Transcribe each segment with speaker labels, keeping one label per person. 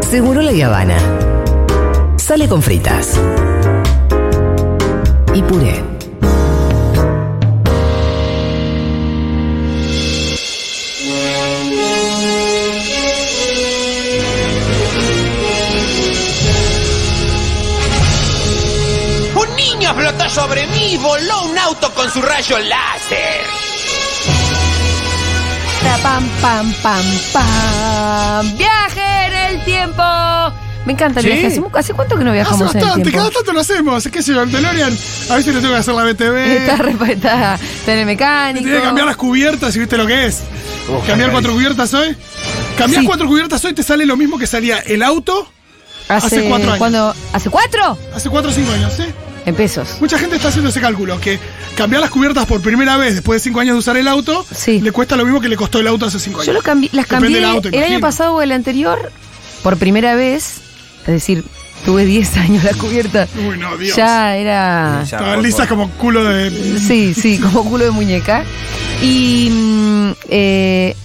Speaker 1: Seguro la Habana. Sale con fritas. Y puré.
Speaker 2: Un niño flotó sobre mí y voló un auto con su rayo láser.
Speaker 3: Tra, Pam, pam, pam, pam. Viaje en el tiempo. Me encanta el
Speaker 4: Sí.
Speaker 3: viaje. ¿Hace mu- ¿Hace cuánto que no
Speaker 5: Hace
Speaker 3: viajamos en el
Speaker 5: bastante, cada
Speaker 3: tiempo?
Speaker 5: tanto lo hacemos. ¿Qué sé yo? El DeLorean, a veces le tengo que hacer la
Speaker 3: Está
Speaker 5: BTV.
Speaker 3: re- está
Speaker 5: Te
Speaker 3: telemecánico.
Speaker 5: tiene que cambiar las cubiertas y viste lo que es. Cambiar cuatro cubiertas hoy. Cambiar
Speaker 3: Sí.
Speaker 5: cuatro cubiertas hoy te sale lo mismo que salía el auto hace cuatro años.
Speaker 3: ¿cuándo? ¿Hace cuatro?
Speaker 5: hace cuatro o cinco años, ¿sí?
Speaker 3: En pesos.
Speaker 5: Mucha gente está haciendo ese cálculo, que cambiar las cubiertas por primera vez después de cinco años de usar el auto,
Speaker 3: Sí.
Speaker 5: le cuesta lo mismo que le costó el auto hace cinco años.
Speaker 3: Yo lo cambié, las
Speaker 5: Depende
Speaker 3: cambié
Speaker 5: del auto,
Speaker 3: el año
Speaker 5: imagino.
Speaker 3: pasado o el anterior por primera vez. Es decir, tuve 10 años la cubierta.
Speaker 5: Uy, no, Dios.
Speaker 3: Ya era.
Speaker 4: Ya,
Speaker 5: Estaban
Speaker 4: por
Speaker 5: lisas
Speaker 4: favor.
Speaker 5: como culo de...
Speaker 3: Sí, sí, como culo de muñeca. Y mm, eh,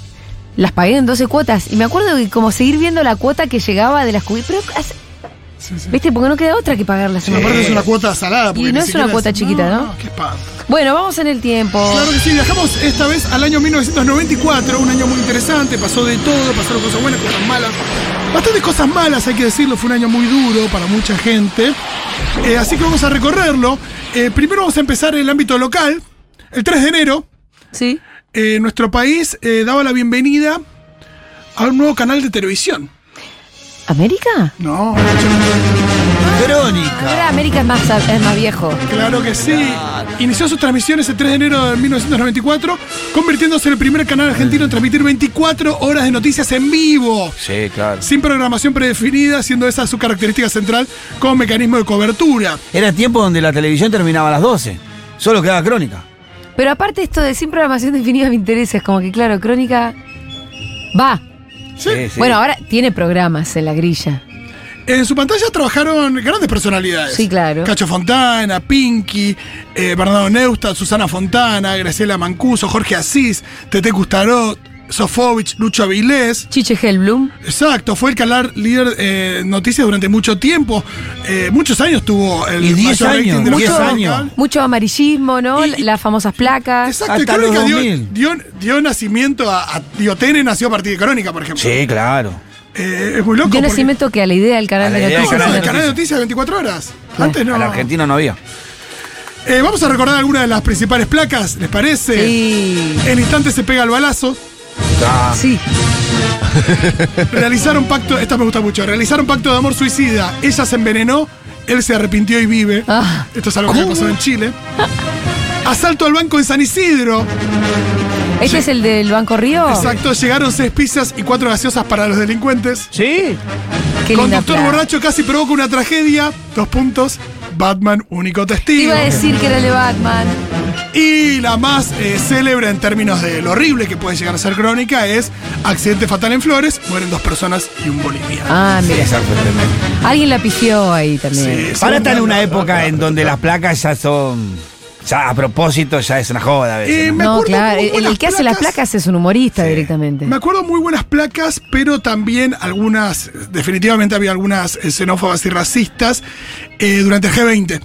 Speaker 3: las pagué en 12 cuotas. Y me acuerdo de como seguir viendo la cuota que llegaba de las cubiertas. Pero, hace-
Speaker 5: Sí, sí.
Speaker 3: ¿viste? Porque no queda otra que pagarlas. en la
Speaker 5: Aparte es
Speaker 3: cubierta.
Speaker 5: una cuota salada. porque
Speaker 3: Y no
Speaker 5: ni
Speaker 3: es
Speaker 5: siquiera
Speaker 3: una cuota chiquita, ¿no?
Speaker 5: qué espanto.
Speaker 3: Bueno, vamos en el tiempo.
Speaker 5: Claro que sí, viajamos esta vez al año 1994, un año muy interesante, pasó de todo, pasaron cosas buenas, cosas malas, bastantes cosas malas hay que decirlo, fue un año muy duro para mucha gente, Eh, así que vamos a recorrerlo. Eh, primero vamos a empezar el ámbito local, el 3 de enero,
Speaker 3: Sí.
Speaker 5: eh, nuestro país eh, daba la bienvenida a un nuevo canal de televisión.
Speaker 3: ¿América?
Speaker 5: No,
Speaker 3: Ahora
Speaker 4: Crónica.
Speaker 3: América es más, es más viejo.
Speaker 5: claro que sí. Inició sus transmisiones el 3 de enero de 1994, convirtiéndose en el primer canal argentino en transmitir 24 horas de noticias en vivo.
Speaker 4: Sí, claro.
Speaker 5: sin programación predefinida, siendo esa su característica central como mecanismo de cobertura.
Speaker 6: Era tiempo donde la televisión terminaba a las 12. Solo quedaba crónica.
Speaker 3: Pero aparte esto de sin programación definida me interesa, es como que claro, Crónica va.
Speaker 5: Sí.
Speaker 3: Bueno, ahora tiene programas en la grilla.
Speaker 5: En su pantalla trabajaron grandes personalidades.
Speaker 3: Sí, claro.
Speaker 5: Cacho Fontana, Pinky, eh, Bernardo Neustadt, Susana Fontana, Graciela Mancuso, Jorge Asís, Tete Custarot, Sofovich, Lucho Avilés.
Speaker 3: Chiche Hellblum.
Speaker 5: Exacto, fue el canal líder eh, noticias durante mucho tiempo. Eh, muchos años tuvo el
Speaker 6: Y 10
Speaker 5: mayor
Speaker 6: años,
Speaker 5: rating de los
Speaker 6: 10
Speaker 5: canales.
Speaker 6: años.
Speaker 3: Mucho amarillismo, ¿no?
Speaker 5: Y- y-
Speaker 3: Las famosas placas.
Speaker 5: Exacto, y
Speaker 6: Hasta los
Speaker 5: Crónica dio,
Speaker 6: 2000.
Speaker 5: dio, dio nacimiento a, a Diotene nació a partir de Crónica, por ejemplo.
Speaker 6: Sí, claro.
Speaker 5: Eh, es muy loco.
Speaker 3: Yo
Speaker 5: porque-
Speaker 3: nacimiento que a la idea del canal
Speaker 6: A la
Speaker 3: de
Speaker 6: idea del
Speaker 5: No, no,
Speaker 3: noticias.
Speaker 6: canal
Speaker 5: el
Speaker 6: de
Speaker 5: canal de noticias 24 horas.
Speaker 3: Ah.
Speaker 5: Antes no.
Speaker 6: A la Argentina no había.
Speaker 5: Eh, vamos a recordar algunas de las principales placas, ¿les parece?
Speaker 3: Sí.
Speaker 5: En instantes se pega el balazo.
Speaker 3: Sí.
Speaker 5: Realizaron pacto, esta me gusta mucho. Realizaron pacto de amor suicida. Ella se envenenó, él se arrepintió y vive.
Speaker 3: Ah.
Speaker 5: Esto es algo que pasó en Chile. Asalto al banco en San Isidro.
Speaker 3: ¿Este es el del Banco Río?
Speaker 5: Exacto, llegaron seis pizzas y cuatro gaseosas para los delincuentes.
Speaker 6: Sí.
Speaker 3: Qué linda
Speaker 5: Conductor
Speaker 3: placa.
Speaker 5: borracho casi provoca una tragedia. Dos puntos. Batman, único
Speaker 3: Te
Speaker 5: testigo.
Speaker 3: iba a decir que era el de Batman.
Speaker 5: Y la más eh, célebre en términos de lo horrible que puede llegar a ser crónica es accidente fatal en Flores, mueren dos personas y un boliviano.
Speaker 3: Ah, mira.
Speaker 6: Esa fue tremenda.
Speaker 3: Alguien la pifió ahí también.
Speaker 5: Sí,
Speaker 6: Ahora está en
Speaker 5: segunda-
Speaker 6: una época en donde las placas ya son. Ya a propósito, ya es una joda a veces.
Speaker 5: Eh,
Speaker 6: ¿no?
Speaker 5: me
Speaker 3: No,
Speaker 5: acuerdo
Speaker 3: claro.
Speaker 5: muy
Speaker 3: El, el
Speaker 5: buenas
Speaker 3: que hace las placas es un humorista directamente.
Speaker 5: Me acuerdo muy buenas placas, pero también algunas, definitivamente había algunas eh, xenófobas y racistas eh, durante el G20.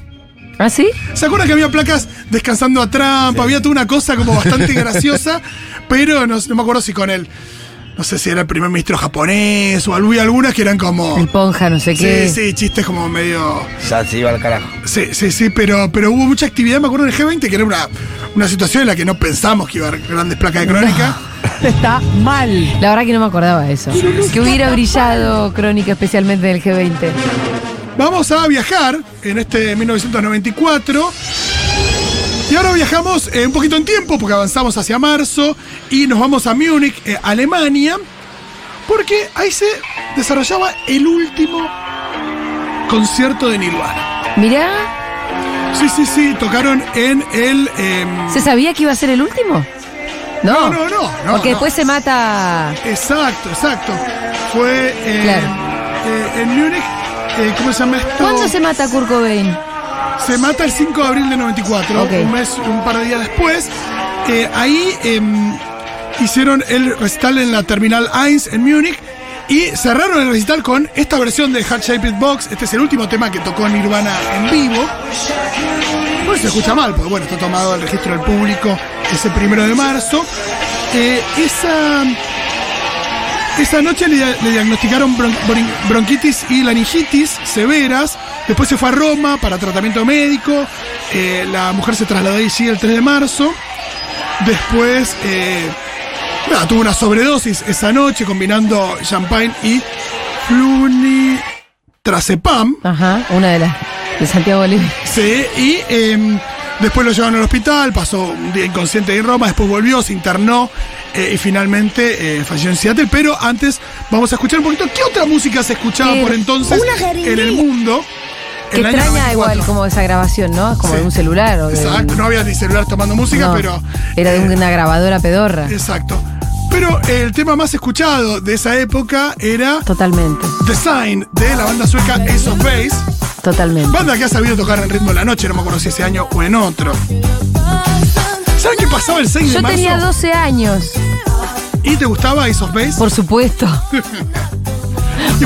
Speaker 3: ¿Ah, sí?
Speaker 5: ¿Se acuerdan que había placas descansando a Trump? Había toda una cosa como bastante graciosa, pero no, no me acuerdo si con él. No sé si era el primer ministro japonés o había algunas que eran como.
Speaker 3: El Ponja, no sé qué.
Speaker 5: Oh. Sí, sí, chistes como medio.
Speaker 6: Ya se iba al carajo.
Speaker 5: Sí, sí, sí, pero, pero hubo mucha actividad, me acuerdo en el G20, que era una, una situación en la que no pensamos que iba a haber grandes placas de crónica.
Speaker 3: Está mal. La verdad que no me acordaba de eso. Que hubiera brillado Crónica especialmente del G20.
Speaker 5: Vamos a viajar en este 1994. Y ahora viajamos eh, un poquito en tiempo, porque avanzamos hacia marzo y nos vamos a Múnich, eh, Alemania, porque ahí se desarrollaba el último concierto de Nirvana.
Speaker 3: Mirá,
Speaker 5: Sí, sí, sí, tocaron en el... em,
Speaker 3: ¿se sabía que iba a ser el último? No.
Speaker 5: no, no, no, no,
Speaker 3: Porque
Speaker 5: no.
Speaker 3: después se mata.
Speaker 5: Exacto, exacto. Fue eh,
Speaker 3: Claro.
Speaker 5: eh, en Múnich. eh, ¿Cómo se llama esto?
Speaker 3: ¿Cuándo se mata Kurt Cobain?
Speaker 5: Se mata el 5 de abril de 94,
Speaker 3: Ok.
Speaker 5: un mes, un par de días después. Eh, ahí em, hicieron el recital en la terminal 1 en Múnich. Y cerraron el recital con esta versión de Heart Shaped Box. Este es el último tema que tocó Nirvana en vivo. Bueno, se escucha mal, porque bueno, está tomado el registro del público ese primero de marzo. Eh, esa, esa noche le, dia- le diagnosticaron bron- bron- bronquitis y laringitis severas. Después se fue a Roma para tratamiento médico. Eh, la mujer se trasladó allí el 3 de marzo. Después eh, nada, tuvo una sobredosis esa noche combinando champagne y flunitrazepam.
Speaker 3: Ajá, una de las de Santiago Bolivia.
Speaker 5: Sí, y eh, después lo llevaron al hospital, pasó un día inconsciente en Roma, después volvió, se internó eh, y finalmente eh, falleció en Seattle. Pero antes vamos a escuchar un poquito qué otra música se escuchaba
Speaker 3: Eh,
Speaker 5: por entonces
Speaker 3: una
Speaker 5: en el
Speaker 3: jeringuilla.
Speaker 5: mundo.
Speaker 3: Que
Speaker 5: en el año
Speaker 3: extraña
Speaker 5: 94.
Speaker 3: igual como esa grabación, ¿no? Como
Speaker 5: Sí.
Speaker 3: de un celular o de un-
Speaker 5: Exacto, no había ni celular tomando música,
Speaker 3: no,
Speaker 5: pero.
Speaker 3: Era de
Speaker 5: eh,
Speaker 3: una grabadora pedorra.
Speaker 5: Exacto. Pero el tema más escuchado de esa época era
Speaker 3: Totalmente,
Speaker 5: The Sign de la banda sueca Ace of Base,
Speaker 3: totalmente.
Speaker 5: banda que ha sabido tocar en ritmo de la noche, no me acuerdo si ese año o en otro. ¿Saben qué pasaba el 6 de
Speaker 3: Yo
Speaker 5: marzo?
Speaker 3: tenía 12 años,
Speaker 5: ¿Y te gustaba Ace of Base?
Speaker 3: por supuesto.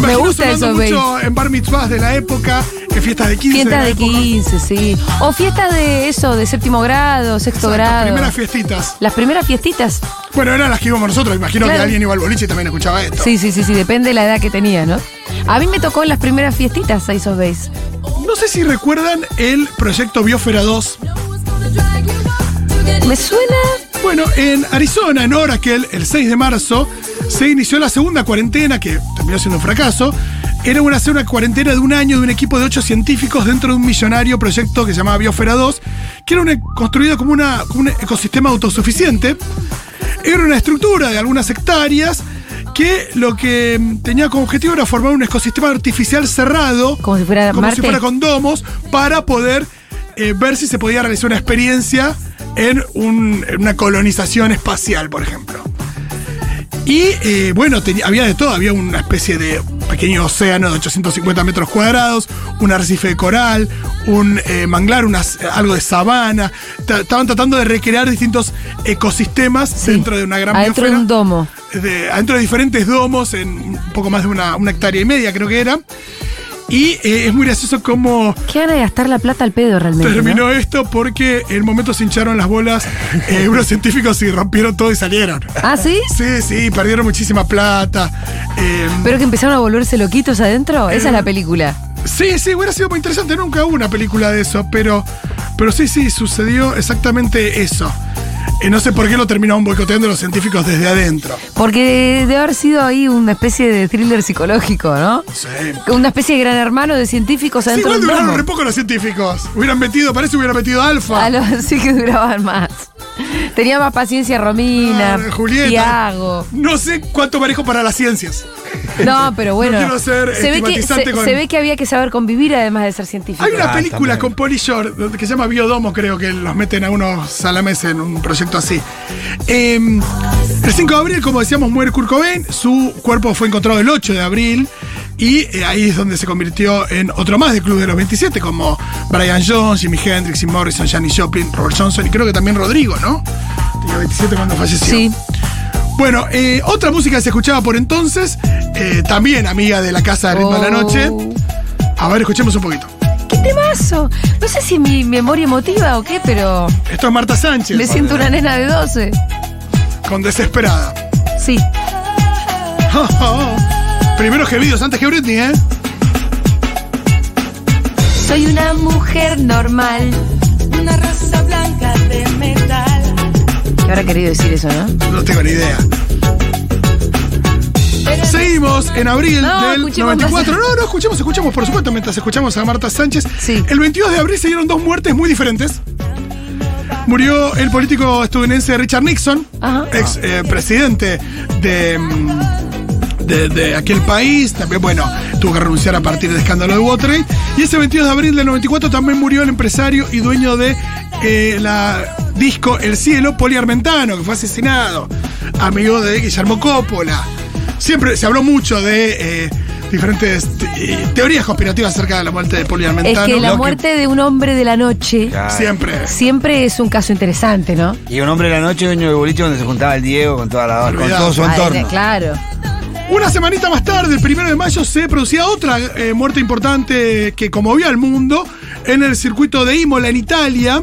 Speaker 3: me gusta Ace of Base.
Speaker 5: mucho en bar mitzvahs de la época, en fiestas de 15.
Speaker 3: Fiestas
Speaker 5: la
Speaker 3: de
Speaker 5: época.
Speaker 3: 15, sí. O fiestas de eso, de séptimo grado, sexto
Speaker 5: Exacto,
Speaker 3: grado.
Speaker 5: primeras fiestitas.
Speaker 3: Las primeras fiestitas.
Speaker 5: Bueno, eran las que íbamos nosotros, imagino que
Speaker 3: Claro.
Speaker 5: alguien iba al boliche y también escuchaba esto.
Speaker 3: Sí, sí, sí, sí, depende de la edad que tenía, ¿no? A mí me tocó en las primeras fiestitas Ace of Base.
Speaker 5: No sé si recuerdan el proyecto Biosfera 2.
Speaker 3: Me suena
Speaker 5: Bueno, en Arizona, en Oracle, el 6 de marzo, se inició la segunda cuarentena, que terminó siendo un fracaso. Era una, una cuarentena de un año de un equipo de ocho científicos dentro de un millonario proyecto que se llamaba Biosfera 2, que era un e- construido como, una- como un ecosistema autosuficiente. Era una estructura de algunas hectáreas que lo que mm, tenía como objetivo era formar un ecosistema artificial cerrado
Speaker 3: como si fuera
Speaker 5: como
Speaker 3: Marte.
Speaker 5: si fuera con domos para poder eh, ver si se podía realizar una experiencia en, un- en una colonización espacial, por ejemplo. Y eh, bueno, tenía- había de todo, había una especie de pequeño océano de 850 metros cuadrados, un arrecife de coral, un eh, manglar, unas- algo de sabana. Ta- Estaban tratando de recrear distintos ecosistemas
Speaker 3: Sí.
Speaker 5: dentro de una gran
Speaker 3: Adentro de
Speaker 5: biosfera
Speaker 3: un domo.
Speaker 5: de- adentro de diferentes domos, en un poco más de una, una hectárea y media creo que era. Y eh, es muy gracioso cómo
Speaker 3: Qué gana de gastar la plata al pedo realmente.
Speaker 5: terminó
Speaker 3: ¿no?
Speaker 5: esto porque en el momento se hincharon las bolas eh, unos científicos y rompieron todo y salieron.
Speaker 3: Ah, sí.
Speaker 5: Sí, sí, perdieron muchísima plata. Eh,
Speaker 3: Pero que empezaron a volverse loquitos adentro. Esa es la película.
Speaker 5: sí, sí, hubiera sido muy interesante. Nunca hubo una película de eso, pero, pero sí, sí, sucedió exactamente eso. Eh, no sé por qué lo terminaron boicoteando los científicos desde adentro.
Speaker 3: Porque debe haber sido ahí una especie de thriller psicológico, ¿no?
Speaker 5: Sí.
Speaker 3: Una especie de gran hermano de científicos
Speaker 5: Sí,
Speaker 3: adentro
Speaker 5: igual
Speaker 3: de un
Speaker 5: duraron re
Speaker 3: domo.
Speaker 5: poco los científicos. Hubieran metido, parece que hubieran metido alfa.
Speaker 3: A los sí que duraban más. Tenía más paciencia Romina,
Speaker 5: Ah, Julieta.
Speaker 3: Tiago.
Speaker 5: No sé cuánto manejo para las ciencias.
Speaker 3: No, pero bueno.
Speaker 5: quiero ser
Speaker 3: se, ve que,
Speaker 5: estigmatizante
Speaker 3: se-
Speaker 5: con-
Speaker 3: se ve que había que saber convivir además de ser científico.
Speaker 5: Hay una
Speaker 6: Ah,
Speaker 5: película
Speaker 6: también.
Speaker 5: con Polly Shore donde- que se llama Biodomo, creo que los meten a unos salames en un proyecto así. Eh, el 5 de abril, como decíamos, muere Kurt Cobain. Su cuerpo fue encontrado el 8 de abril. Y eh, ahí es donde se convirtió en otro más del Club de los 27, como Brian Jones, Jimi Hendrix, Jim Morrison, Janis Joplin, Robert Johnson y creo que también Rodrigo, ¿no? Tenía 27 cuando falleció.
Speaker 3: Sí.
Speaker 5: Bueno, eh, otra música que se escuchaba por entonces, eh, también amiga de la casa de ritmo de la
Speaker 3: Oh.
Speaker 5: noche. A ver, escuchemos un poquito.
Speaker 3: ¡Qué temazo! No sé si mi memoria emotiva o qué, pero
Speaker 5: Esto es Marta Sánchez
Speaker 3: me siento una nena de 12.
Speaker 5: con Desesperada.
Speaker 3: Sí.
Speaker 5: Primero Gebidos, antes que Britney, ¿eh?
Speaker 3: Soy una mujer normal.
Speaker 4: Una raza blanca de metal.
Speaker 3: ¿Qué habrá querido decir eso, no?
Speaker 5: No tengo ni idea. Seguimos en abril
Speaker 3: No,
Speaker 5: del
Speaker 3: escuchemos
Speaker 5: 94. No, no, escuchemos, escuchemos, por supuesto, mientras escuchamos a Marta Sánchez.
Speaker 3: Sí.
Speaker 5: El 22 de abril se dieron dos muertes muy diferentes. Murió el político estadounidense Richard Nixon,
Speaker 3: Ajá.
Speaker 5: ex eh, presidente de, mm, de, de aquel país. También, bueno, tuvo que renunciar a partir del escándalo de Watergate. Y ese 22 de abril del 94 también murió el empresario y dueño de eh, la disco El Cielo, Poli Armentano, que fue asesinado, amigo de Guillermo Coppola. Siempre se habló mucho de eh, diferentes te- eh, teorías conspirativas acerca de la muerte de Poli
Speaker 3: Es
Speaker 5: Armentano.
Speaker 3: que
Speaker 5: Lo
Speaker 3: la
Speaker 5: que
Speaker 3: muerte de un hombre de la noche
Speaker 6: Claro.
Speaker 5: Siempre.
Speaker 3: siempre es un caso interesante, ¿no?
Speaker 6: Y un hombre de la noche, dueño de boliche, donde se juntaba el Diego con toda la con
Speaker 5: Olvidado.
Speaker 6: todo su
Speaker 3: Ay,
Speaker 6: entorno.
Speaker 3: Ah, eh, claro.
Speaker 5: Una semanita más tarde, el primero de mayo, se producía otra eh, muerte importante que conmovió al mundo en el circuito de Imola, en Italia.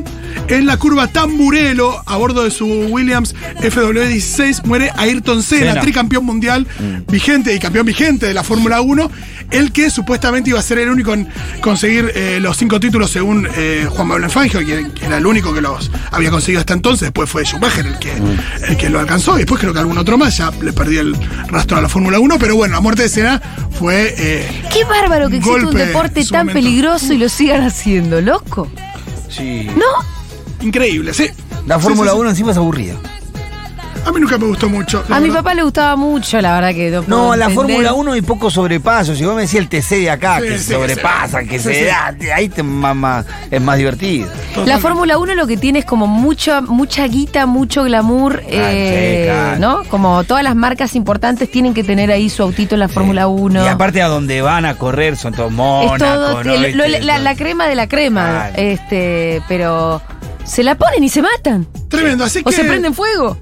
Speaker 5: En la curva Tamburello, a bordo de su Williams FW16, muere Ayrton Senna,
Speaker 6: Senna.
Speaker 5: tricampeón mundial vigente y campeón vigente de la Fórmula 1. El que supuestamente iba a ser el único en conseguir eh, los cinco títulos según eh, Juan Pablo Fangio, quien que era el único que los había conseguido hasta entonces. Después fue Schumacher el que,
Speaker 6: Mm.
Speaker 5: el que lo alcanzó. Y después creo que algún otro más. Ya le perdí el rastro a la Fórmula 1. Pero bueno, la muerte de Senna fue. eh,
Speaker 3: Qué bárbaro que existe un
Speaker 5: Golpe
Speaker 3: deporte
Speaker 5: en su
Speaker 3: tan
Speaker 5: momento.
Speaker 3: peligroso y lo sigan haciendo, loco.
Speaker 6: Sí.
Speaker 3: No,
Speaker 5: increíble, ¿sí?
Speaker 6: La
Speaker 5: Sí,
Speaker 6: Fórmula
Speaker 5: sí, sí.
Speaker 6: 1 encima es aburrida.
Speaker 5: A mí nunca me gustó mucho. la
Speaker 3: a mi
Speaker 5: verdad.
Speaker 3: papá le gustaba mucho, la verdad que no.
Speaker 6: No,
Speaker 3: puedo
Speaker 6: a la
Speaker 3: entender.
Speaker 6: Fórmula 1 hay pocos sobrepasos. Si vos me decís el TC de acá,
Speaker 5: Sí,
Speaker 6: que
Speaker 5: sí,
Speaker 6: se sobrepasa, que
Speaker 5: Sí,
Speaker 6: se
Speaker 5: sí.
Speaker 6: da, ahí te mamá, es más divertido.
Speaker 3: La Fórmula 1 lo que tiene es como mucha, mucha guita, mucho glamour, eh,
Speaker 6: Ah, sí, claro.
Speaker 3: ¿no? Como todas las marcas importantes tienen que tener ahí su autito en la Fórmula 1.
Speaker 6: Y aparte a donde van a correr son todos
Speaker 3: es
Speaker 6: Mónaco,
Speaker 3: todo,
Speaker 6: ¿no?
Speaker 3: el- lo-
Speaker 6: Este,
Speaker 3: la,
Speaker 6: todo.
Speaker 3: la crema de la crema,
Speaker 6: Claro.
Speaker 3: este, pero se la ponen y se matan.
Speaker 5: Tremendo, así
Speaker 3: O
Speaker 5: que.
Speaker 3: se prenden fuego.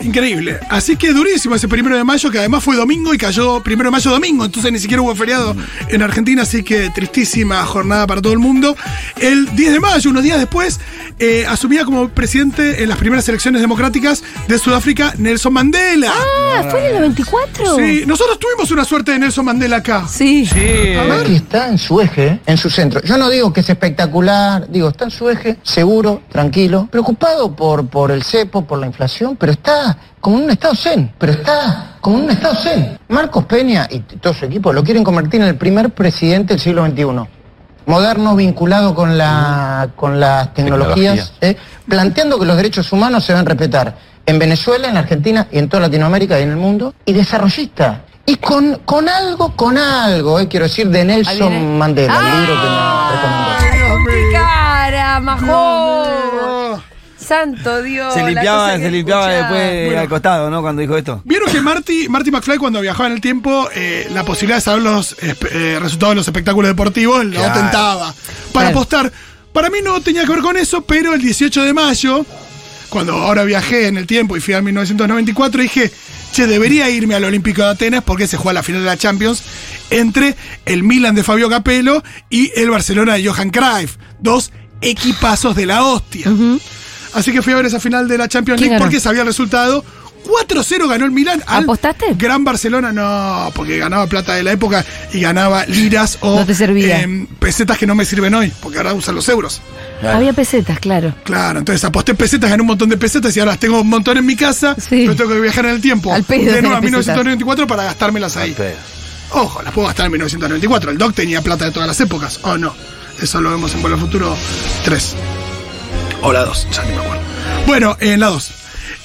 Speaker 5: Increíble. Así que durísimo ese primero de mayo, que además fue domingo y cayó primero de mayo domingo, entonces ni siquiera hubo feriado en Argentina, así que tristísima jornada para todo el mundo. El 10 de mayo, unos días después, eh, asumía como presidente en las primeras elecciones democráticas de Sudáfrica Nelson Mandela.
Speaker 3: Ah, fue en el 94.
Speaker 5: Sí, nosotros tuvimos una suerte de Nelson Mandela acá.
Speaker 3: Sí.
Speaker 6: Sí.
Speaker 7: Aquí está en su eje, en su centro. Yo no digo que es espectacular, digo, está en su eje, seguro, tranquilo, preocupado por, por el cepo, por la inflación, pero está como en un estado zen, pero está como en un estado zen. Marcos Peña y t- todo su equipo lo quieren convertir en el primer presidente del siglo XXI. Moderno, vinculado con, la, con las tecnologías, ¿eh? planteando que los derechos humanos se deben respetar en Venezuela, en la Argentina y en toda Latinoamérica y en el mundo, y desarrollista. Y con, con algo, con algo, eh, quiero decir, de
Speaker 3: Ahí viene.
Speaker 7: Nelson Mandela, el libro que me recomendó.
Speaker 3: ¡Ah! ¡Qué cara, majo!
Speaker 5: Oh.
Speaker 3: Santo Dios.
Speaker 6: Oh, Se
Speaker 3: la
Speaker 6: limpiaba,
Speaker 3: cosa que
Speaker 6: se limpiaba
Speaker 3: escuchás.
Speaker 6: después
Speaker 5: Bueno.
Speaker 6: al costado, ¿no? Cuando dijo esto.
Speaker 5: Vieron que Marty, Marty McFly cuando viajaba en el tiempo, eh, la posibilidad de saber los espe- eh, resultados de los espectáculos deportivos lo
Speaker 6: Claro.
Speaker 5: tentaba para
Speaker 3: Claro.
Speaker 5: apostar. Para mí no tenía que ver con eso, pero el 18 de mayo, cuando ahora viajé en el tiempo y fui a 1994, dije, che, debería irme al Olímpico de Atenas porque se juega la final de la Champions entre el Milan de Fabio Capello y el Barcelona de Johan Cruyff. Dos equipazos de la hostia. Así que fui a ver esa final de la Champions
Speaker 3: ¿Quién
Speaker 5: League
Speaker 3: ganó?
Speaker 5: porque sabía el resultado. 4-0 ganó el Milan al
Speaker 3: ¿Apostaste?
Speaker 5: Gran Barcelona no, porque ganaba plata de la época y ganaba liras o
Speaker 3: No te servía.
Speaker 5: em, pesetas que no me sirven hoy, porque ahora usan los euros.
Speaker 3: Había pesetas, claro.
Speaker 5: Claro, entonces aposté pesetas, gané un montón de pesetas y ahora las tengo un montón en mi casa,
Speaker 3: Sí.
Speaker 5: pero tengo que viajar en el tiempo.
Speaker 3: Al pedo
Speaker 5: de
Speaker 3: tiene
Speaker 5: nuevo a
Speaker 3: pesetas.
Speaker 5: 1994 para gastármelas ahí.
Speaker 6: Pero-
Speaker 5: Ojo, las puedo gastar en 1994. El Doc tenía plata de todas las épocas. ¿O no? Eso lo vemos en Vuelo al Futuro 3. O la 2, ya ni me acuerdo. Bueno, en la 2.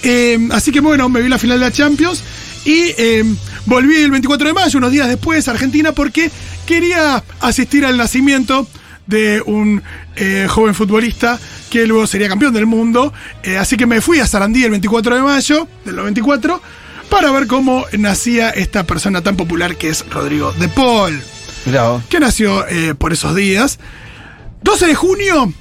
Speaker 5: Eh, así que bueno, me vi la final de la Champions y eh, volví el 24 de mayo, unos días después, a Argentina, porque quería asistir al nacimiento de un eh, joven futbolista que luego sería campeón del mundo. Eh, así que me fui a Sarandí el 24 de mayo del 94 para ver cómo nacía esta persona tan popular que es Rodrigo de Paul
Speaker 6: Mirá vos.
Speaker 5: que nació eh, por esos días. 12 de junio,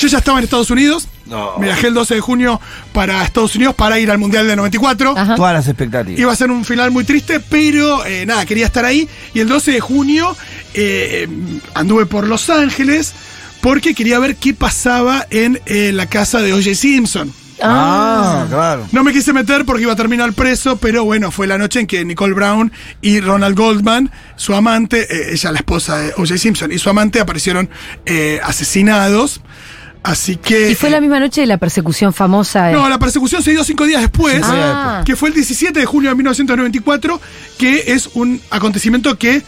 Speaker 5: yo ya estaba en Estados Unidos.
Speaker 6: No.
Speaker 5: Me viajé el 12 de junio para Estados Unidos para ir al Mundial de 94.
Speaker 3: Ajá.
Speaker 6: Todas las expectativas.
Speaker 5: Iba a ser un final muy triste, pero eh, nada, quería estar ahí. Y el 12 de junio eh, eh, anduve por Los Ángeles porque quería ver qué pasaba en eh, la casa de O.J. Simpson.
Speaker 6: Ah, claro.
Speaker 5: No me quise meter porque iba a terminar preso, pero bueno, fue la noche en que Nicole Brown y Ronald Goldman, su amante, eh, ella la esposa de O.J. Simpson, y su amante aparecieron eh, asesinados. Así que.
Speaker 3: Y fue la misma noche de la persecución famosa. eh.
Speaker 5: Eh, No, la persecución se dio cinco días después,
Speaker 6: Cinco días
Speaker 3: Ah.
Speaker 5: que fue el 17 de julio de 1994, que es un acontecimiento que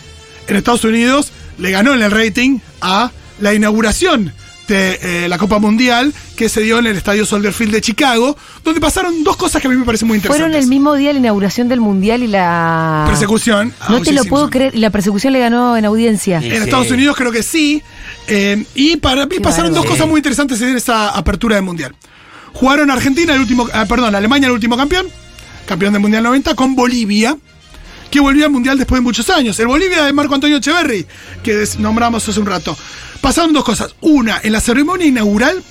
Speaker 5: en Estados Unidos le ganó en el rating a la inauguración de eh, la Copa Mundial que se dio en el Estadio Soldier Field de Chicago, donde pasaron dos cosas que a mí me parecen muy interesantes.
Speaker 3: Fueron el mismo día la inauguración del Mundial y la...
Speaker 5: persecución. a
Speaker 3: No
Speaker 5: O.J.
Speaker 3: te lo
Speaker 5: Simpson.
Speaker 3: puedo creer. Y la persecución le ganó en audiencia.
Speaker 6: Sí.
Speaker 5: En Estados Unidos creo que sí. Eh, y para mí
Speaker 3: Qué
Speaker 5: pasaron
Speaker 3: bárbaro.
Speaker 5: dos cosas muy interesantes en esa apertura del Mundial. Jugaron Argentina, el último, ah, perdón, Alemania, el último campeón, campeón del Mundial 90, con Bolivia, que volvió al Mundial después de muchos años. El Bolivia de Marco Antonio Echeverri, que des- nombramos hace un rato. Pasaron dos cosas. Una, en la ceremonia inaugural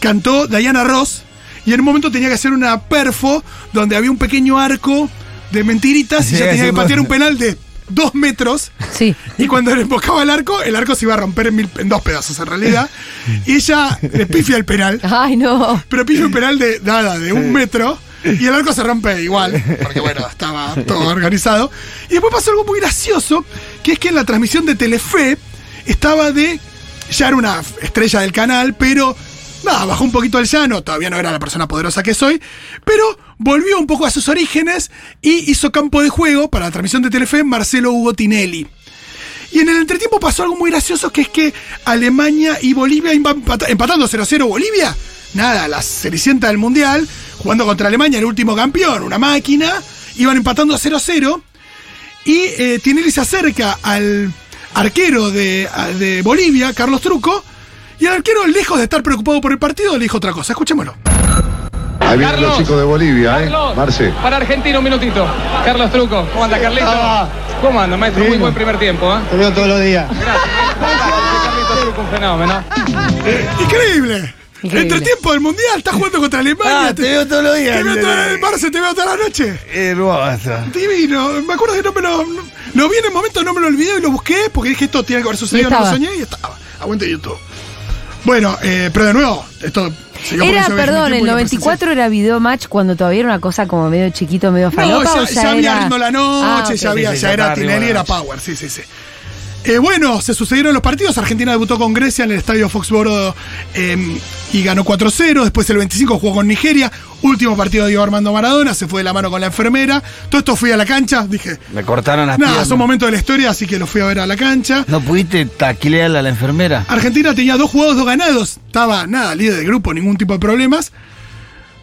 Speaker 5: cantó Diana Ross y en un momento tenía que hacer una perfo donde había un pequeño arco de mentiritas
Speaker 6: Sí,
Speaker 5: y ya tenía que
Speaker 6: haciendo-
Speaker 5: patear un penal de dos metros.
Speaker 3: Sí.
Speaker 5: Y cuando le embocaba el arco, el arco se iba a romper en, mil- en dos pedazos en realidad. Y ella le pifia el penal.
Speaker 3: Ay, no.
Speaker 5: Pero pifia un penal de nada, de un metro. Y el arco se rompe igual. Porque bueno, estaba todo organizado. Y después pasó algo muy gracioso, que es que en la transmisión de Telefe estaba de. Ya era una estrella del canal, pero. Nada, bajó un poquito al llano, todavía no era la persona poderosa que soy, pero volvió un poco a sus orígenes y hizo campo de juego para la transmisión de Telefe Marcelo Hugo Tinelli. Y en el entretiempo pasó algo muy gracioso que es que Alemania y Bolivia iban empata- empatando 0-0 Bolivia. Nada, la cenicienta del mundial, jugando contra Alemania, el último campeón, una máquina, iban empatando 0-0. Y eh, Tinelli se acerca al arquero de, a- de Bolivia, Carlos Truco, y el arquero, lejos de estar preocupado por el partido, le dijo otra cosa. Escuchémoslo.
Speaker 8: Ahí vienen
Speaker 9: Carlos.
Speaker 8: los chicos de Bolivia,
Speaker 9: Carlos.
Speaker 8: ¿eh? Marce.
Speaker 9: Para Argentina un minutito. Carlos Truco. ¿Cómo anda, Carlito? ¿Cómo anda, maestro? Muy buen primer tiempo, ¿eh?
Speaker 7: Te veo todos los días.
Speaker 9: Carlitos Truco, un fenómeno.
Speaker 5: ¡Increíble!
Speaker 3: Increíble.
Speaker 5: Entretiempo del mundial, estás jugando contra Alemania.
Speaker 6: Ah, te veo todos los días.
Speaker 5: Te
Speaker 6: Eh,
Speaker 5: veo toda la, Marce, te veo toda la noche.
Speaker 6: Hermoso.
Speaker 5: Divino, me acuerdo que no me lo. No, lo vi en el momento, no me lo olvidé y lo busqué porque dije esto tiene que haber sucedido,
Speaker 3: Y
Speaker 5: no lo
Speaker 3: estaba.
Speaker 5: soñé y estaba. Aguante YouTube. Bueno, eh, pero de nuevo, esto. siguió porque
Speaker 3: Era,
Speaker 5: se ve
Speaker 3: perdón,
Speaker 5: tiempo
Speaker 3: el
Speaker 5: y la
Speaker 3: 94 era video match cuando todavía era una cosa como medio chiquito, medio
Speaker 5: presencia. No,
Speaker 3: falopa. o
Speaker 5: ya, ya había
Speaker 3: era-
Speaker 5: ritmo la
Speaker 3: Ah,
Speaker 5: noche,
Speaker 3: ok.
Speaker 5: ya, había,
Speaker 6: Sí, sí,
Speaker 5: ya
Speaker 6: ya
Speaker 5: era
Speaker 6: estaba arriba
Speaker 5: Tinelli,
Speaker 6: de
Speaker 5: era
Speaker 6: la noche.
Speaker 5: Power, sí, sí, sí. Eh, bueno, se sucedieron los partidos. Argentina debutó con Grecia en el estadio Foxboro eh, y ganó 4-0. Después, el 25 jugó con Nigeria. Último partido de Diego Armando Maradona. Se fue de la mano con la enfermera. Todo esto fui a la cancha. Dije,
Speaker 6: Me cortaron las
Speaker 5: Nada,
Speaker 6: piernas.
Speaker 5: son momentos de la historia, así que lo fui a ver a la cancha.
Speaker 6: ¿No pudiste taquilearla a la enfermera?
Speaker 5: Argentina tenía dos jugados, dos ganados. Estaba, nada, líder de grupo, ningún tipo de problemas.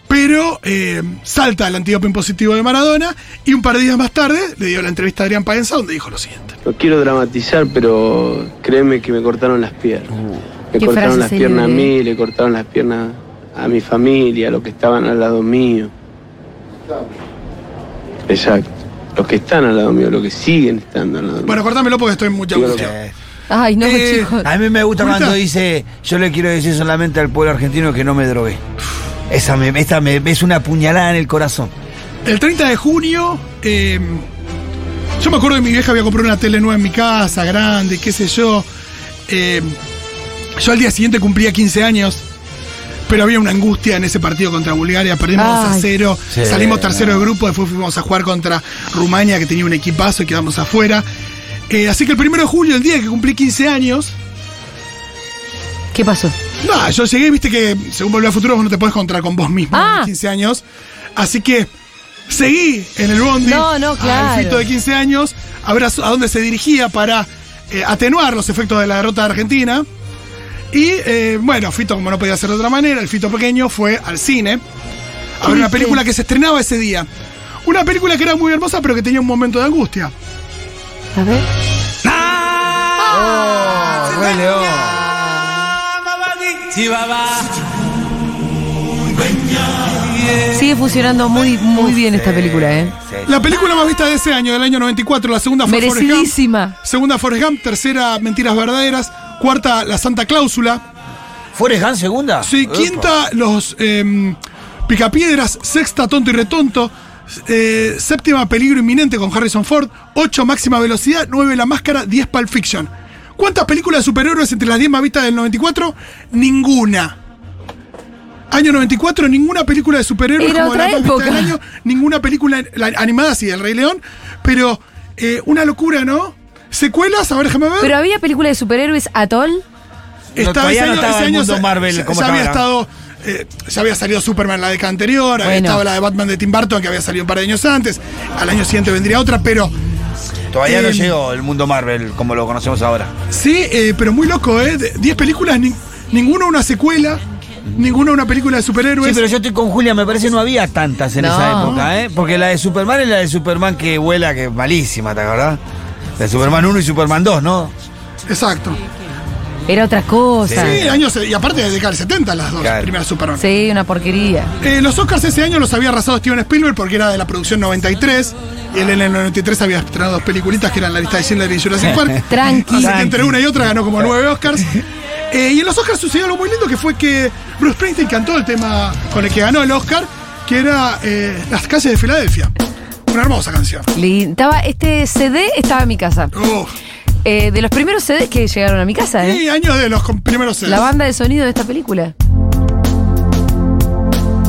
Speaker 5: Pero eh, salta el antidoping positivo de Maradona y un par de días más tarde le dio la entrevista a Adrián Paenza donde dijo lo siguiente.
Speaker 10: Lo quiero dramatizar, pero créeme que me cortaron las piernas. Me
Speaker 3: Qué frase
Speaker 10: cortaron las
Speaker 3: célebre,
Speaker 10: piernas a
Speaker 3: ¿eh?
Speaker 10: mí, le cortaron las piernas a mi familia, a los que estaban al lado mío. Exacto. Los que están al lado mío, los que siguen estando al lado mío.
Speaker 5: Bueno, cortámelo porque estoy en mucha
Speaker 10: Digo lo
Speaker 5: angustia.
Speaker 6: Eh,
Speaker 3: Ay, no,
Speaker 5: Eh,
Speaker 3: chicos.
Speaker 6: A mí me gusta
Speaker 5: Julita.
Speaker 6: cuando dice, yo le quiero decir solamente al pueblo argentino que no me drogué. Esa me, esta me es una puñalada en el corazón.
Speaker 5: El 30 de junio, eh, yo me acuerdo que mi vieja había comprado una tele nueva en mi casa, grande, qué sé yo. Eh, yo al día siguiente cumplía 15 años, pero había una angustia en ese partido contra Bulgaria. Perdimos 2 a
Speaker 3: Ay.
Speaker 5: 0,
Speaker 6: Sí,
Speaker 5: salimos tercero
Speaker 6: no.
Speaker 5: de grupo, después fuimos a jugar contra Rumania, que tenía un equipazo y quedamos afuera. Eh, así que el primero de julio, el día que cumplí 15 años,
Speaker 3: ¿Qué pasó?
Speaker 5: no, yo llegué, viste que según Volver al Futuro vos no te puedes encontrar con vos mismo
Speaker 3: Ah.
Speaker 5: a los 15 años. Así que seguí en el bondi
Speaker 3: No, no, claro.
Speaker 5: al fito de 15 años a ver a, su- a dónde se dirigía para eh, atenuar los efectos de la derrota de Argentina. Y eh, bueno, Fito, como no podía ser de otra manera, el Fito pequeño fue al cine a ver una película que se estrenaba ese día. Una película que era muy hermosa, pero que tenía un momento de angustia.
Speaker 3: A ver.
Speaker 5: Ah,
Speaker 6: Rey León.
Speaker 3: Sigue funcionando muy, muy bien esta película, ¿eh?
Speaker 5: La película más vista de ese año, del año 94, la segunda fue Forrest Gump.
Speaker 3: Merecidísima.
Speaker 5: Segunda, Forrest Gump. Tercera, Mentiras Verdaderas. Cuarta, La Santa Cláusula.
Speaker 6: ¿Forrest Gump segunda?
Speaker 5: Sí,
Speaker 6: Epa.
Speaker 5: quinta, Los em, Picapiedras. Sexta, Tonto y Retonto. Eh, séptima, Peligro Inminente con Harrison Ford. Ocho, Máxima Velocidad. Nueve, La Máscara. Diez, Pulp Fiction. ¿Cuántas películas de superhéroes entre las diez más vistas del 94? Ninguna. Año 94, ninguna película de superhéroes
Speaker 3: Era
Speaker 5: como
Speaker 3: otra
Speaker 5: la más vista del
Speaker 3: época.
Speaker 5: año, ninguna película la animada sí del Rey León, pero eh, una locura, ¿no? Secuelas, a ver, déjame ver.
Speaker 3: Pero había película de superhéroes, Atoll.
Speaker 5: Estaba-
Speaker 6: todavía
Speaker 5: ese
Speaker 6: no
Speaker 5: año-
Speaker 6: estaba
Speaker 5: ese
Speaker 6: el
Speaker 5: año
Speaker 6: mundo
Speaker 5: se-
Speaker 6: Marvel
Speaker 5: se-
Speaker 6: como
Speaker 5: ya había
Speaker 6: está
Speaker 5: estado. eh, ya había salido Superman la década anterior, había
Speaker 3: Bueno.
Speaker 5: estado la de Batman de Tim Burton, que había salido un par de años antes. Al año siguiente vendría otra, pero
Speaker 6: Todavía no
Speaker 5: Em.
Speaker 6: llegó el mundo Marvel como lo conocemos ahora.
Speaker 5: sí, eh, pero muy loco, ¿eh? De- Diez películas, ni- ninguna una secuela, ninguna una película de superhéroes.
Speaker 6: Sí, pero yo estoy con Julia, me parece que no había tantas en
Speaker 3: No.
Speaker 6: esa época, ¿eh? Porque la de Superman es la de Superman que vuela, que es malísima, ¿te acordás? De Superman 1 y Superman 2, ¿no?
Speaker 5: Exacto.
Speaker 3: Era otra cosa.
Speaker 5: Sí, años, y aparte de década del 70 las dos
Speaker 6: Claro.
Speaker 5: primeras Superman.
Speaker 3: Sí, una porquería.
Speaker 5: Eh, los Oscars ese año los había arrasado Steven Spielberg porque era de la producción 93. Y él en el 93 había estrenado dos peliculitas que eran La lista de Schindler y Jurassic Park.
Speaker 3: Tranqui.
Speaker 5: Así que entre una y otra ganó como nueve Oscars. Eh, y en los Oscars sucedió algo muy lindo que fue que Bruce Springsteen cantó el tema con el que ganó el Oscar, que era eh, Las calles de Filadelfia. una hermosa canción.
Speaker 3: Li- Estaba, este CD estaba en mi casa.
Speaker 5: Uf.
Speaker 3: Eh, de los primeros CDs que llegaron a mi casa, ¿eh?
Speaker 5: Y años de los com- primeros CDs.
Speaker 3: La banda de sonido de esta película.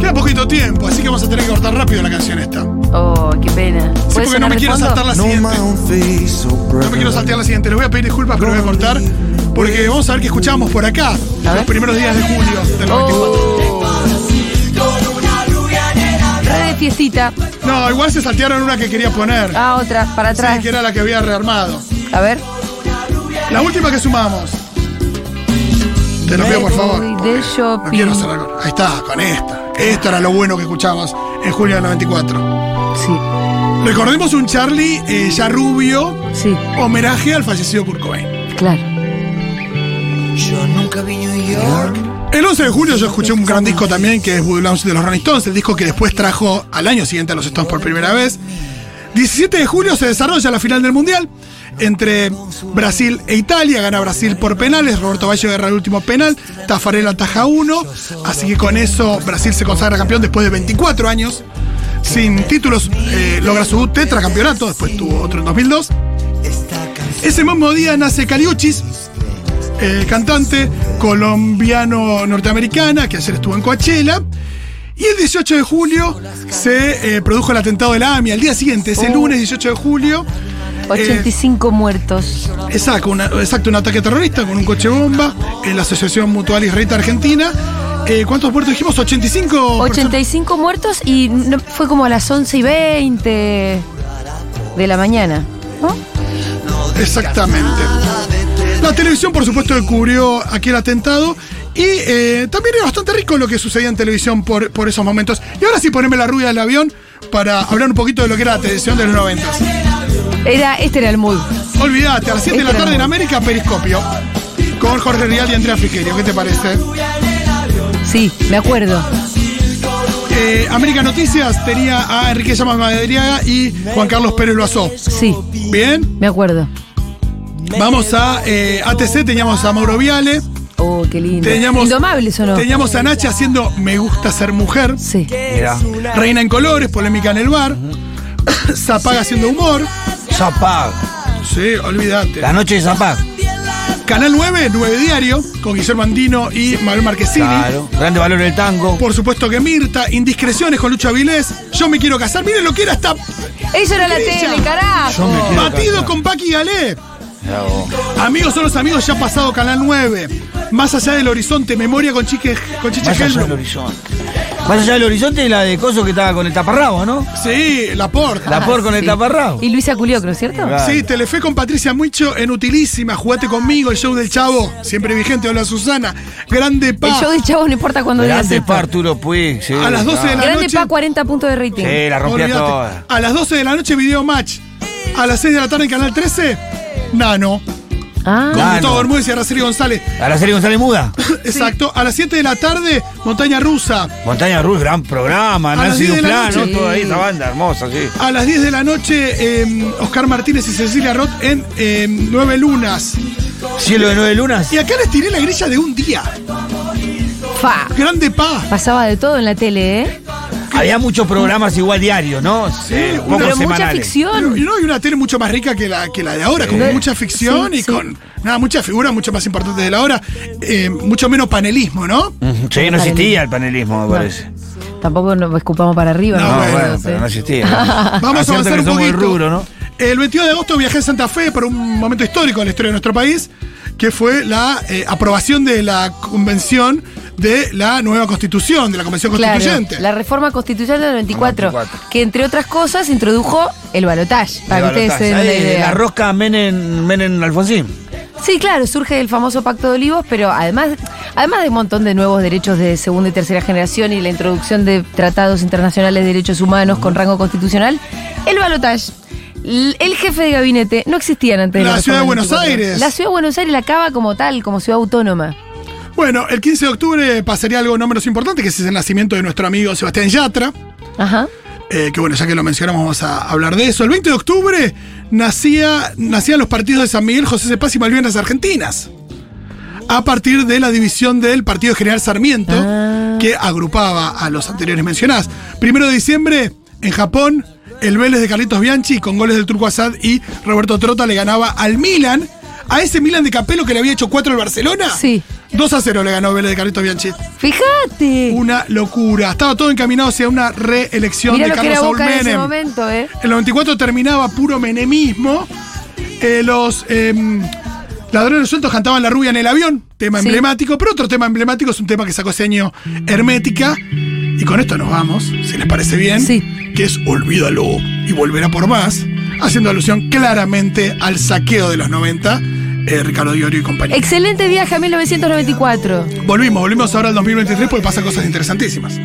Speaker 5: Queda poquito tiempo, así que vamos a tener que cortar rápido la canción esta. Sí,
Speaker 3: Oh, qué pena. ¿Puede
Speaker 5: porque no
Speaker 3: sonar
Speaker 5: me
Speaker 3: de
Speaker 5: quiero
Speaker 3: fondo?
Speaker 5: saltar la siguiente. No me quiero saltear la siguiente. Les voy a pedir disculpas, pero voy a cortar. Porque vamos a ver qué escuchamos por acá.
Speaker 3: A ver. Oh.
Speaker 5: Los primeros días de julio del 94.
Speaker 3: Oh. Re de fiestita.
Speaker 5: No, igual se saltearon una que quería poner.
Speaker 3: Ah, otra, para
Speaker 5: Sí,
Speaker 3: atrás.
Speaker 5: que era la que había rearmado.
Speaker 3: A ver.
Speaker 5: La última que sumamos. Te lo pido, por favor.
Speaker 3: Voy de
Speaker 5: porque No
Speaker 3: shopping.
Speaker 5: quiero cerrar con- Ahí está, con esta. Esto era lo bueno que escuchábamos en julio del 94.
Speaker 3: Sí,
Speaker 5: Recordemos un Charlie eh, ya rubio,
Speaker 3: sí,
Speaker 5: homenaje al fallecido Kurt Cobain.
Speaker 3: claro.
Speaker 5: El 11 de julio yo escuché un gran disco también que es Woody Lounge de los Rolling Stones, el disco que después trajo al año siguiente a los Stones por primera vez. 17 de julio se desarrolla la final del Mundial entre Brasil e Italia. Gana Brasil por penales. Roberto Baggio agarra el último penal. Tafarel ataja uno. Así que con eso Brasil se consagra campeón después de 24 años. Sin títulos eh, logra su tetracampeonato. Después tuvo otro en 2002. Ese mismo día nace Caliuchis, eh, cantante colombiano-norteamericana que ayer estuvo en Coachella. Y el 18 de julio se eh, produjo el atentado de la AMIA. Al día siguiente, ese lunes 18 de julio. eh,
Speaker 3: 85 muertos.
Speaker 5: exacto, una- exacto, un ataque terrorista con un coche bomba en la Asociación Mutual Israelita Argentina. Eh, ¿Cuántos muertos dijimos? 85. personas.
Speaker 3: 85 muertos y no- fue como a las 11 y 20 de la mañana. ¿no?
Speaker 5: Exactamente. La televisión, por supuesto, descubrió aquel atentado. Y eh, también era bastante rico lo que sucedía en televisión por, por esos momentos. Y ahora sí, poneme la rubia del avión para hablar un poquito de lo que era la televisión de los 90.
Speaker 3: Era, este era el mood.
Speaker 5: Olvídate, a las 7 de la tarde en América, Periscopio. Con Jorge Rial y Andrea Frigerio, ¿qué te parece?
Speaker 3: Sí, me acuerdo.
Speaker 5: Eh, América Noticias tenía a Enrique Llamas Madriaga y Juan Carlos Pérez Loazó.
Speaker 3: Sí,
Speaker 5: Bien,
Speaker 3: me acuerdo.
Speaker 5: vamos a eh, ATC, teníamos a Mauro Viale,
Speaker 3: Oh, qué lindo.
Speaker 5: teníamos,
Speaker 3: Indomables o no.
Speaker 5: teníamos a Nacha haciendo Me gusta ser mujer,
Speaker 3: Sí.
Speaker 6: Mira,
Speaker 5: Reina en colores, polémica en el bar, Zapaga haciendo humor,
Speaker 6: Zapag.
Speaker 5: sí, olvídate.
Speaker 6: La noche de Zapag.
Speaker 5: Canal 9, 9 Diario, con Guillermo Andino y Manuel Marquesini.
Speaker 6: Claro. Grande valor del tango.
Speaker 5: Por supuesto que Mirta, Indiscreciones con Lucha Vilés, Yo me quiero casar, miren lo que era hasta
Speaker 3: Eso era la
Speaker 5: Grilla.
Speaker 3: tele, carajo.
Speaker 5: Batidos con Paqui Galé. Amigos son los amigos, ya pasado Canal 9. Más allá del horizonte, memoria con Chiche, con Chiche
Speaker 6: Más allá del
Speaker 5: Helblum.
Speaker 6: horizonte. Más allá del horizonte y la de Coso que estaba con el taparrabo, ¿no?
Speaker 5: Sí, la porta.
Speaker 6: La por con el
Speaker 3: sí.
Speaker 6: taparrabo.
Speaker 3: Y Luisa Culioc, ¿no es cierto?
Speaker 6: Claro.
Speaker 5: Ah, Sí, Telefe con Patricia Mucho en Utilísima, Jugate conmigo, el show del Chavo, siempre vigente, hola Susana, Grande
Speaker 3: El show
Speaker 5: Pa,
Speaker 3: de Chavo no importa cuándo digas
Speaker 6: Grande
Speaker 3: esto.
Speaker 6: par Arturo Puig. sí,
Speaker 5: a las 12 de la
Speaker 3: Grande
Speaker 5: noche.
Speaker 3: Pa, 40 puntos de rating.
Speaker 6: Sí, la rompía
Speaker 5: olvídate.
Speaker 6: toda.
Speaker 5: A las 12 de la noche, Video Match. A las 6 de la tarde en Canal 13, Nano, con
Speaker 3: Ah,
Speaker 6: Nano.
Speaker 5: Gustavo Bermúdez y Araceli González.
Speaker 6: A la serie González Muda.
Speaker 5: Exacto, a las 7 de la tarde, Montaña Rusa.
Speaker 6: Montaña Ruiz, gran programa.
Speaker 5: A las
Speaker 6: Nancy
Speaker 5: 10 de la
Speaker 6: Duplá, ¿no?
Speaker 5: noche.
Speaker 6: Toda ahí, esa banda hermosa, sí.
Speaker 5: A las 10 de la noche, eh, Oscar Martínez y Cecilia Roth en eh, Nueve Lunas.
Speaker 6: Cielo de nueve lunas.
Speaker 5: Y acá les tiré la grilla de un día.
Speaker 3: fa.
Speaker 5: Grande pa.
Speaker 3: Pasaba de todo en la tele, ¿eh?
Speaker 6: Había muchos programas igual diarios, ¿no? Sí, un
Speaker 3: Pero
Speaker 5: una-
Speaker 6: poco
Speaker 3: mucha
Speaker 6: semanales.
Speaker 5: Pero,
Speaker 3: ficción.
Speaker 5: y no, hay una tele mucho más rica que la, que la de ahora, con
Speaker 3: Sí.
Speaker 5: mucha ficción
Speaker 3: Sí,
Speaker 5: y
Speaker 3: sí.
Speaker 5: con nada, muchas figuras mucho más importantes de la hora, eh, mucho menos panelismo, ¿no?
Speaker 3: Ah.
Speaker 6: Ujú, Sí, no existía el panelismo, me parece.
Speaker 3: Tampoco nos escupamos para arriba.
Speaker 5: No,
Speaker 6: No, bueno,
Speaker 5: bueno,
Speaker 6: pero no existía. ¿no?
Speaker 5: Vamos a
Speaker 6: Acierto
Speaker 5: avanzar
Speaker 6: Ah, que
Speaker 5: un
Speaker 6: somos
Speaker 5: poquito.
Speaker 6: el rubro, ¿no?
Speaker 5: El 22 de agosto viajé a Santa Fe para un momento histórico en la historia de nuestro país, que fue la eh, aprobación de la convención de la nueva constitución, de la convención
Speaker 3: Claro,
Speaker 5: constituyente.
Speaker 3: la reforma constitucional del 94,
Speaker 6: 94.
Speaker 3: que entre otras cosas introdujo el balotaje, para que ustedes se den una
Speaker 6: Ahí,
Speaker 3: idea.
Speaker 6: Eh, La rosca Menem, Menem Alfonsín.
Speaker 3: Sí, claro, surge el famoso Pacto de Olivos, pero además, además de un montón de nuevos derechos de segunda y tercera generación y la introducción de tratados internacionales de derechos humanos con rango constitucional, el balotaje. l- El jefe de gabinete no existían antes
Speaker 5: La
Speaker 3: la
Speaker 5: ciudad de
Speaker 3: reforma
Speaker 5: Buenos
Speaker 3: 94.
Speaker 5: Aires.
Speaker 3: La ciudad de Buenos Aires la acaba como tal, como ciudad autónoma.
Speaker 5: Bueno, el 15 de octubre pasaría algo no menos importante, que es el nacimiento de nuestro amigo Sebastián Yatra.
Speaker 3: Ajá.
Speaker 5: eh, que bueno, ya que lo mencionamos, vamos a hablar de eso. El 20 de octubre nacía, nacían los partidos de San Miguel, José Cepaz y Malvinas Argentinas. A partir de la división del Partido General Sarmiento, que agrupaba a los anteriores mencionados. Primero de diciembre, en Japón, el Vélez de Carlitos Bianchi con goles del Turco Asad y Roberto Trota le ganaba al Milan. A ese Milan de Capello que le había hecho 4 al Barcelona.
Speaker 3: Sí.
Speaker 5: 2 a 0 le ganó Vélez de Carlitos Bianchi.
Speaker 3: Fíjate.
Speaker 5: Una locura. Estaba todo encaminado hacia una reelección
Speaker 3: Mirá
Speaker 5: de
Speaker 3: lo que
Speaker 5: Carlos
Speaker 3: era
Speaker 5: Saúl
Speaker 3: Boca en ese
Speaker 5: Menem.
Speaker 3: momento, ¿eh?
Speaker 5: El 94 terminaba puro menemismo. Eh, los em, ladrones sueltos cantaban La rubia en el avión, tema
Speaker 3: Sí.
Speaker 5: emblemático. Pero otro tema emblemático es un tema que sacó ese año Hermética. Y con esto nos vamos, si les parece bien.
Speaker 3: Sí.
Speaker 5: Que es Olvídalo y volverá por más. Haciendo alusión claramente al saqueo de los 90, eh, Ricardo Diorio y compañía.
Speaker 3: Excelente viaje a 1994.
Speaker 5: volvimos, volvimos ahora al 2023 porque pasan cosas interesantísimas.